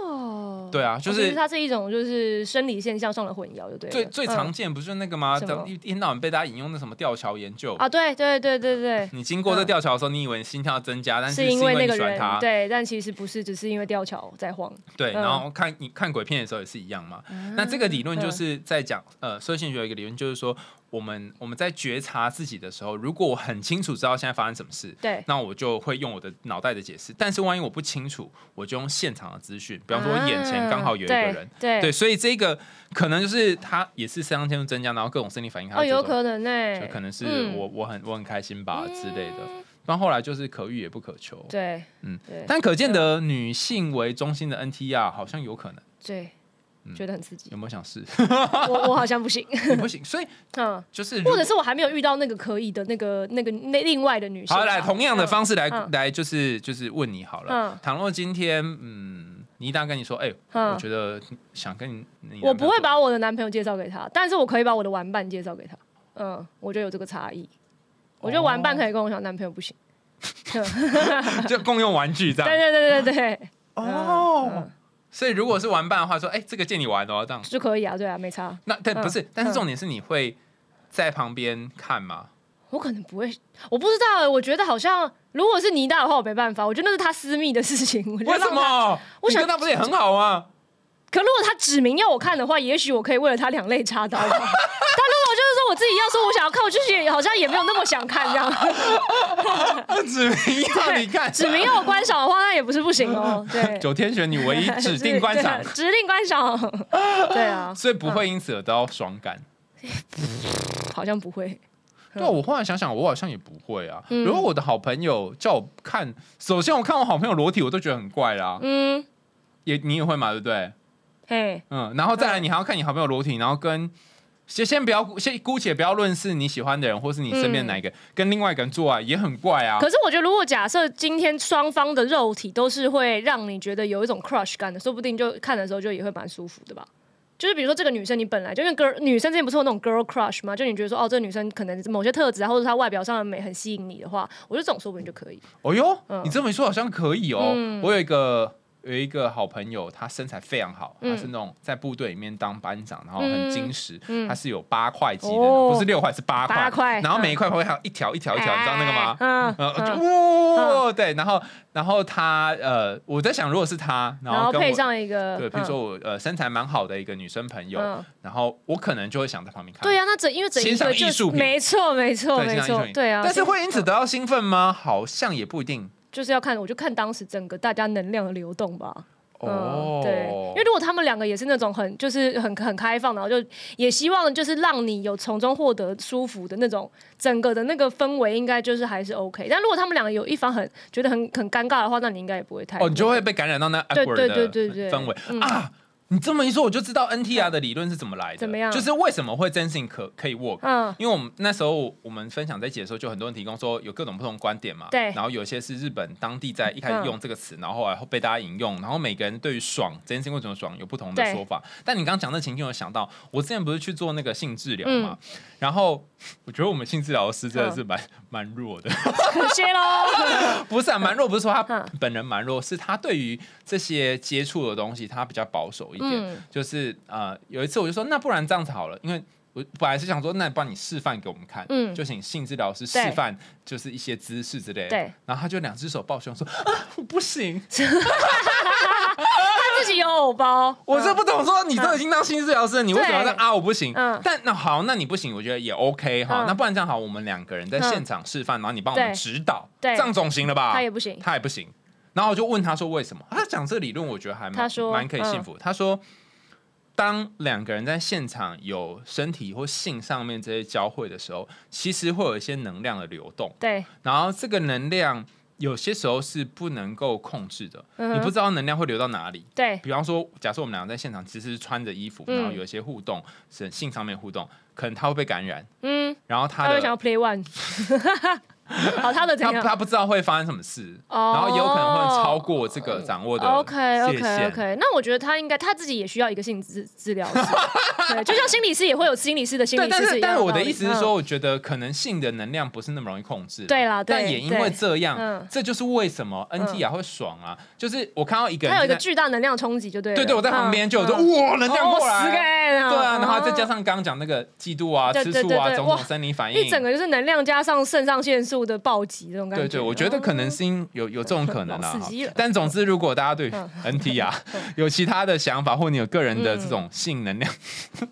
[SPEAKER 1] 哦，
[SPEAKER 2] 对啊
[SPEAKER 1] 哦
[SPEAKER 2] 就
[SPEAKER 1] 其
[SPEAKER 2] 是
[SPEAKER 1] 实它是一种就是生理现象上的混淆，就对了。
[SPEAKER 2] 最最
[SPEAKER 1] 嗯
[SPEAKER 2] 常见不是那个吗？
[SPEAKER 1] 什
[SPEAKER 2] 怎
[SPEAKER 1] 么
[SPEAKER 2] 么一天到晚被大家引用那什么吊桥研究？
[SPEAKER 1] 啊，对对对对对。
[SPEAKER 2] 你经过这
[SPEAKER 1] 嗯
[SPEAKER 2] 吊桥的时候，你以为你心跳增加，但是
[SPEAKER 1] 是
[SPEAKER 2] 是
[SPEAKER 1] 因为那
[SPEAKER 2] 你
[SPEAKER 1] 个
[SPEAKER 2] 喜欢
[SPEAKER 1] 人
[SPEAKER 2] 他，
[SPEAKER 1] 对，但其实不是，只是因为吊桥在晃。
[SPEAKER 2] 对，
[SPEAKER 1] 嗯
[SPEAKER 2] 然后看你看鬼片的时候也是一样嘛。那这个理论就是在讲，呃，社会心理学有一个理论就是说，我们我们在觉察自己的时候，如果我很清楚知道现在发生什么事，
[SPEAKER 1] 对，
[SPEAKER 2] 那我就会用我的脑袋的解释。但是万一我不清楚，我就用现场的资讯，比方说我眼前刚好有一个人，
[SPEAKER 1] 啊，嗯对
[SPEAKER 2] 对，所以这个可能就是他也是肾上腺素增加，然后各种生理反应，他
[SPEAKER 1] 哦，
[SPEAKER 2] 会觉
[SPEAKER 1] 有
[SPEAKER 2] 得
[SPEAKER 1] 可能呢，
[SPEAKER 2] 就可能是
[SPEAKER 1] 嗯
[SPEAKER 2] 我我很我很开心吧之类的。但后来就是可遇也不可求，
[SPEAKER 1] 对，
[SPEAKER 2] 嗯
[SPEAKER 1] 对，
[SPEAKER 2] 但可见的女性为中心的 NTR 好像有可能，
[SPEAKER 1] 对，
[SPEAKER 2] 嗯
[SPEAKER 1] 觉得 很刺激
[SPEAKER 2] 有。没有想 试？
[SPEAKER 1] 我我好像不行，
[SPEAKER 2] 不行，所以
[SPEAKER 1] 嗯，
[SPEAKER 2] 就是如
[SPEAKER 1] 或者是我还没有遇到那个可以的那个那个那另外的女性啊。
[SPEAKER 2] 好来同样的
[SPEAKER 1] 嗯
[SPEAKER 2] 方式来
[SPEAKER 1] 嗯
[SPEAKER 2] 来就是就是问你好了
[SPEAKER 1] 嗯，
[SPEAKER 2] 倘若今天嗯妮达跟你说，哎，
[SPEAKER 1] 嗯
[SPEAKER 2] 我觉得想跟你你男朋友
[SPEAKER 1] 我不会把我的男朋友介绍给他，但是我可以把我的玩伴介绍给他。嗯，我觉得有这个差异。我觉得玩
[SPEAKER 2] 哦
[SPEAKER 1] 伴可以跟我讲，男朋友不行。
[SPEAKER 2] 就共用玩具这
[SPEAKER 1] 对
[SPEAKER 2] 样
[SPEAKER 1] 对对对对，
[SPEAKER 2] 哦。所以如果是玩伴的话，说哎这个借你玩哦这样，
[SPEAKER 1] 就可以啊，对啊，没差。
[SPEAKER 2] 那但
[SPEAKER 1] 嗯
[SPEAKER 2] 不是，但是重点是你会在旁边看吗？
[SPEAKER 1] 我可能不会，我不知道、欸。我觉得好像如果是妮大的话，我没办法。我觉得那是他私密的事情。我觉得
[SPEAKER 2] 为什
[SPEAKER 1] 让他？
[SPEAKER 2] 么？
[SPEAKER 1] 我
[SPEAKER 2] 你
[SPEAKER 1] 想
[SPEAKER 2] 跟他不是也很好吗？
[SPEAKER 1] 可如果他指明要我看的话，也许我可以为了他两肋插刀吧。但 如果就是说我自己要说我想要看，我就是也好像也没有那么想看这样。
[SPEAKER 2] 啊指明要你看，
[SPEAKER 1] 指明要我观赏的话，那也不是不行哦。对，
[SPEAKER 2] 九天玄女唯一 指定观赏
[SPEAKER 1] 对，指定观赏。 对啊，
[SPEAKER 2] 所以不会因此而得到爽感。
[SPEAKER 1] 嗯好像不会。
[SPEAKER 2] 对啊，我后来想想，我好像也不会啊。
[SPEAKER 1] 嗯
[SPEAKER 2] 如果我的好朋友叫我看，首先我看我好朋友裸体，我都觉得很怪啦。
[SPEAKER 1] 嗯，
[SPEAKER 2] 也你也会嘛，对不对？
[SPEAKER 1] 嘿，
[SPEAKER 2] 嗯，然后再来，
[SPEAKER 1] 嗯
[SPEAKER 2] 你还要看你好朋友裸体，然后跟先先不要先姑且不要论是你喜欢的人，或是你身
[SPEAKER 1] 嗯
[SPEAKER 2] 边的哪一个、跟另外一个人做爱，也很怪啊。
[SPEAKER 1] 可是我觉得，如果假设今天双方的肉体都是会让你觉得有一种 crush 感的，说不定就看的时候就也会蛮舒服的吧。就是比如说这个女生，你本来就因为 girl 女生之前不是有那种 girl crush 吗？就你觉得说哦，这个女生可能某些特质啊，或者她外表上的美很吸引你的话，我觉得这种说不定就可以。
[SPEAKER 2] 哦哟，
[SPEAKER 1] 嗯
[SPEAKER 2] 你这么一说好像可以哦。
[SPEAKER 1] 嗯
[SPEAKER 2] 我有一个有一个好朋友，他身材非常好，
[SPEAKER 1] 嗯
[SPEAKER 2] 他是那种在部队里面当班长，然后很精实，
[SPEAKER 1] 嗯嗯
[SPEAKER 2] 他是有八块肌的，
[SPEAKER 1] 哦
[SPEAKER 2] 不是六块是八块，
[SPEAKER 1] 八块
[SPEAKER 2] 然后
[SPEAKER 1] 嗯
[SPEAKER 2] 每一块旁边还有一条一条一条，你知道那个吗？
[SPEAKER 1] 嗯
[SPEAKER 2] 呃，就
[SPEAKER 1] 嗯
[SPEAKER 2] 哇、对，然后然后他呃，我在想，如果是他，
[SPEAKER 1] 然后
[SPEAKER 2] 跟
[SPEAKER 1] 配
[SPEAKER 2] 我
[SPEAKER 1] 上一个，
[SPEAKER 2] 对，比如
[SPEAKER 1] 嗯
[SPEAKER 2] 说我呃身材蛮好的一个女生朋友，
[SPEAKER 1] 嗯
[SPEAKER 2] 然后我可能就会想在旁边看，
[SPEAKER 1] 对呀、啊那整因为整一
[SPEAKER 2] 欣赏
[SPEAKER 1] 个
[SPEAKER 2] 艺
[SPEAKER 1] 就是
[SPEAKER 2] 术品
[SPEAKER 1] 没错没错
[SPEAKER 2] 对，
[SPEAKER 1] 没
[SPEAKER 2] 欣赏艺术
[SPEAKER 1] 错
[SPEAKER 2] 品，
[SPEAKER 1] 对啊。
[SPEAKER 2] 但是
[SPEAKER 1] 就
[SPEAKER 2] 会因此得到兴奋吗？好像也不一定
[SPEAKER 1] 就是要看，我就看当时整个大家能量的流动吧。
[SPEAKER 2] 哦、
[SPEAKER 1] 嗯，对，因为如果他们两个也是那种很就是很很开放，然后就也希望就是让你有从中获得舒服的那种，整个的那个氛围应该就是还是 OK。但如果他们两个有一方很觉得很很尴尬的话，那你应该也不会太
[SPEAKER 2] 哦，你就会被感染到那
[SPEAKER 1] 对
[SPEAKER 2] awkward
[SPEAKER 1] 对
[SPEAKER 2] 的
[SPEAKER 1] 对对对嗯
[SPEAKER 2] 氛围、啊。你这么一说，我就知道 NTR 的理论是怎么来的。
[SPEAKER 1] 怎么样
[SPEAKER 2] 就是为什么会真性可可以 work？、
[SPEAKER 1] 嗯
[SPEAKER 2] 因为我们那时候我们分享在一起的时候，就很多人提供说有各种不同观点嘛。
[SPEAKER 1] 对嗯
[SPEAKER 2] 然后有些是日本当地在一开始用这个词，然后后来被大家引用，然后每个人对于爽这件事情为什么爽有不同的
[SPEAKER 1] 对
[SPEAKER 2] 说法。但你刚刚讲的情境，我想到我之前不是去做那个性治疗嘛，
[SPEAKER 1] 嗯
[SPEAKER 2] 然后 我觉得我们性治疗师真的是蛮蛮、弱的。
[SPEAKER 1] 可惜喽。
[SPEAKER 2] 不是啊，蛮弱，不是说他
[SPEAKER 1] 嗯
[SPEAKER 2] 本人蛮弱，是他对于这些接触的东西，他比较保守一点。
[SPEAKER 1] 嗯
[SPEAKER 2] 就是呃，有一次我就说，那不然这样子好了，因为我本来是想说，那帮你示范给我们看，
[SPEAKER 1] 嗯
[SPEAKER 2] 就请性治疗师示
[SPEAKER 1] 对
[SPEAKER 2] 范，就是一些姿势之类的。
[SPEAKER 1] 对，
[SPEAKER 2] 然后他就两只手抱胸说：“啊，我不 行，
[SPEAKER 1] 他自己有偶包，
[SPEAKER 2] 我这不懂说，你都已经当性治疗师了，你为什么要这样
[SPEAKER 1] 对
[SPEAKER 2] 啊？我不行。
[SPEAKER 1] 嗯
[SPEAKER 2] 但那好，那你不行，我觉得也 OK 哈。
[SPEAKER 1] 嗯
[SPEAKER 2] 那不然这样好，我们两个人在现场示范，然后你帮我们
[SPEAKER 1] 对
[SPEAKER 2] 指导，
[SPEAKER 1] 对
[SPEAKER 2] 这样总行了吧？
[SPEAKER 1] 他也不行
[SPEAKER 2] 他也不行。然后我就问他说为什么？他讲这个理论，我觉得还蛮
[SPEAKER 1] 他说嗯
[SPEAKER 2] 蛮可以信服。他说，当两个人在现场有身体或性上面这些交汇的时候，其实会有一些能量的流动。
[SPEAKER 1] 对，
[SPEAKER 2] 然后这个能量有些时候是不能够控制的，
[SPEAKER 1] 嗯
[SPEAKER 2] 你不
[SPEAKER 1] 哼，
[SPEAKER 2] 知道能量会流到哪里。
[SPEAKER 1] 对，
[SPEAKER 2] 比方说，假设我们两个在现场其实是穿着衣服，
[SPEAKER 1] 嗯
[SPEAKER 2] 然后有一些互动，是性上面互动，可能他会被感染，
[SPEAKER 1] 嗯，
[SPEAKER 2] 然后他
[SPEAKER 1] 他会
[SPEAKER 2] 的
[SPEAKER 1] 想要 play one， 好，他的怎
[SPEAKER 2] 他
[SPEAKER 1] 样？
[SPEAKER 2] 他不知道会发生什么事，
[SPEAKER 1] 哦
[SPEAKER 2] 然后也有可能会超过这个掌握的
[SPEAKER 1] OK
[SPEAKER 2] 界
[SPEAKER 1] OK
[SPEAKER 2] 限。
[SPEAKER 1] OK，那我觉得他应该他自己也需要一个心理治 治疗师，对，就像心理师也会有心理师的心
[SPEAKER 2] 对，
[SPEAKER 1] 理
[SPEAKER 2] 但
[SPEAKER 1] 师
[SPEAKER 2] 是
[SPEAKER 1] 一
[SPEAKER 2] 但
[SPEAKER 1] 样
[SPEAKER 2] 是
[SPEAKER 1] 道
[SPEAKER 2] 我
[SPEAKER 1] 理
[SPEAKER 2] 的意思是，说，
[SPEAKER 1] 嗯
[SPEAKER 2] 我觉得可能性的能量不是那么容易控制。
[SPEAKER 1] 对啦，对，
[SPEAKER 2] 但也因为
[SPEAKER 1] 对
[SPEAKER 2] 这样
[SPEAKER 1] 嗯，
[SPEAKER 2] 这就是为什么 NT 啊会爽啊，就是我看到一个人
[SPEAKER 1] 他有一个
[SPEAKER 2] 在
[SPEAKER 1] 巨大能量冲击，就对了。
[SPEAKER 2] 对对，我在旁边就有说
[SPEAKER 1] 嗯嗯
[SPEAKER 2] 哇，能量过
[SPEAKER 1] 哦死
[SPEAKER 2] 来，
[SPEAKER 1] 盖啊
[SPEAKER 2] 对啊，然后再
[SPEAKER 1] 嗯
[SPEAKER 2] 加上刚刚讲那个嫉妒啊、
[SPEAKER 1] 对
[SPEAKER 2] 吃
[SPEAKER 1] 对
[SPEAKER 2] 醋
[SPEAKER 1] 对
[SPEAKER 2] 啊、
[SPEAKER 1] 对
[SPEAKER 2] 种
[SPEAKER 1] 哇
[SPEAKER 2] 种生理反应
[SPEAKER 1] 一，整个就是能量加上肾上腺素的暴击这种感觉。嗯
[SPEAKER 2] 对对，我觉得可能是因有有这种可能
[SPEAKER 1] 老
[SPEAKER 2] 啊
[SPEAKER 1] 司机了。
[SPEAKER 2] 但总之，如果大家对
[SPEAKER 1] 嗯
[SPEAKER 2] NT 啊有其他的想法，或你有个人的这种性能量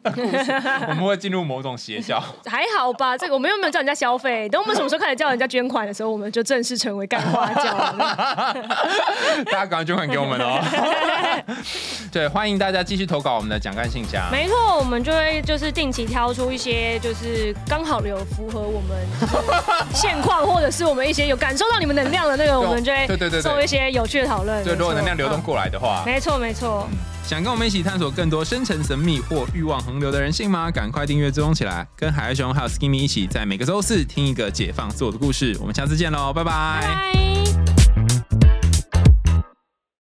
[SPEAKER 2] 的故事，我们会进入某种邪 教。
[SPEAKER 1] 还好吧，这个我们又没有叫人家消费，等我们什么时候开始叫人家捐款的时候，我们就正式成为干花教了。
[SPEAKER 2] 大家赶快捐款给我们哦！ 对，欢迎大家继续投稿我们的蒋干信箱。
[SPEAKER 1] 没错，我们就会就是定期挑出一些就是刚好有符合我们就是现况，或者是我们一些有感受到你们能量的那个，我们就
[SPEAKER 2] 对对对对
[SPEAKER 1] 会做一些有趣的讨论。
[SPEAKER 2] 就如果
[SPEAKER 1] 没错
[SPEAKER 2] 能量流动，过来的话
[SPEAKER 1] 嗯，没错没错。
[SPEAKER 2] 想跟我们一起探索更多深沉神秘或欲望横流的人性吗？赶快订阅追踪起来，跟海外熊还有 Skimmy 一起，在每个周四听一个解放自我的故事。我们下次见喽，拜拜
[SPEAKER 1] 拜。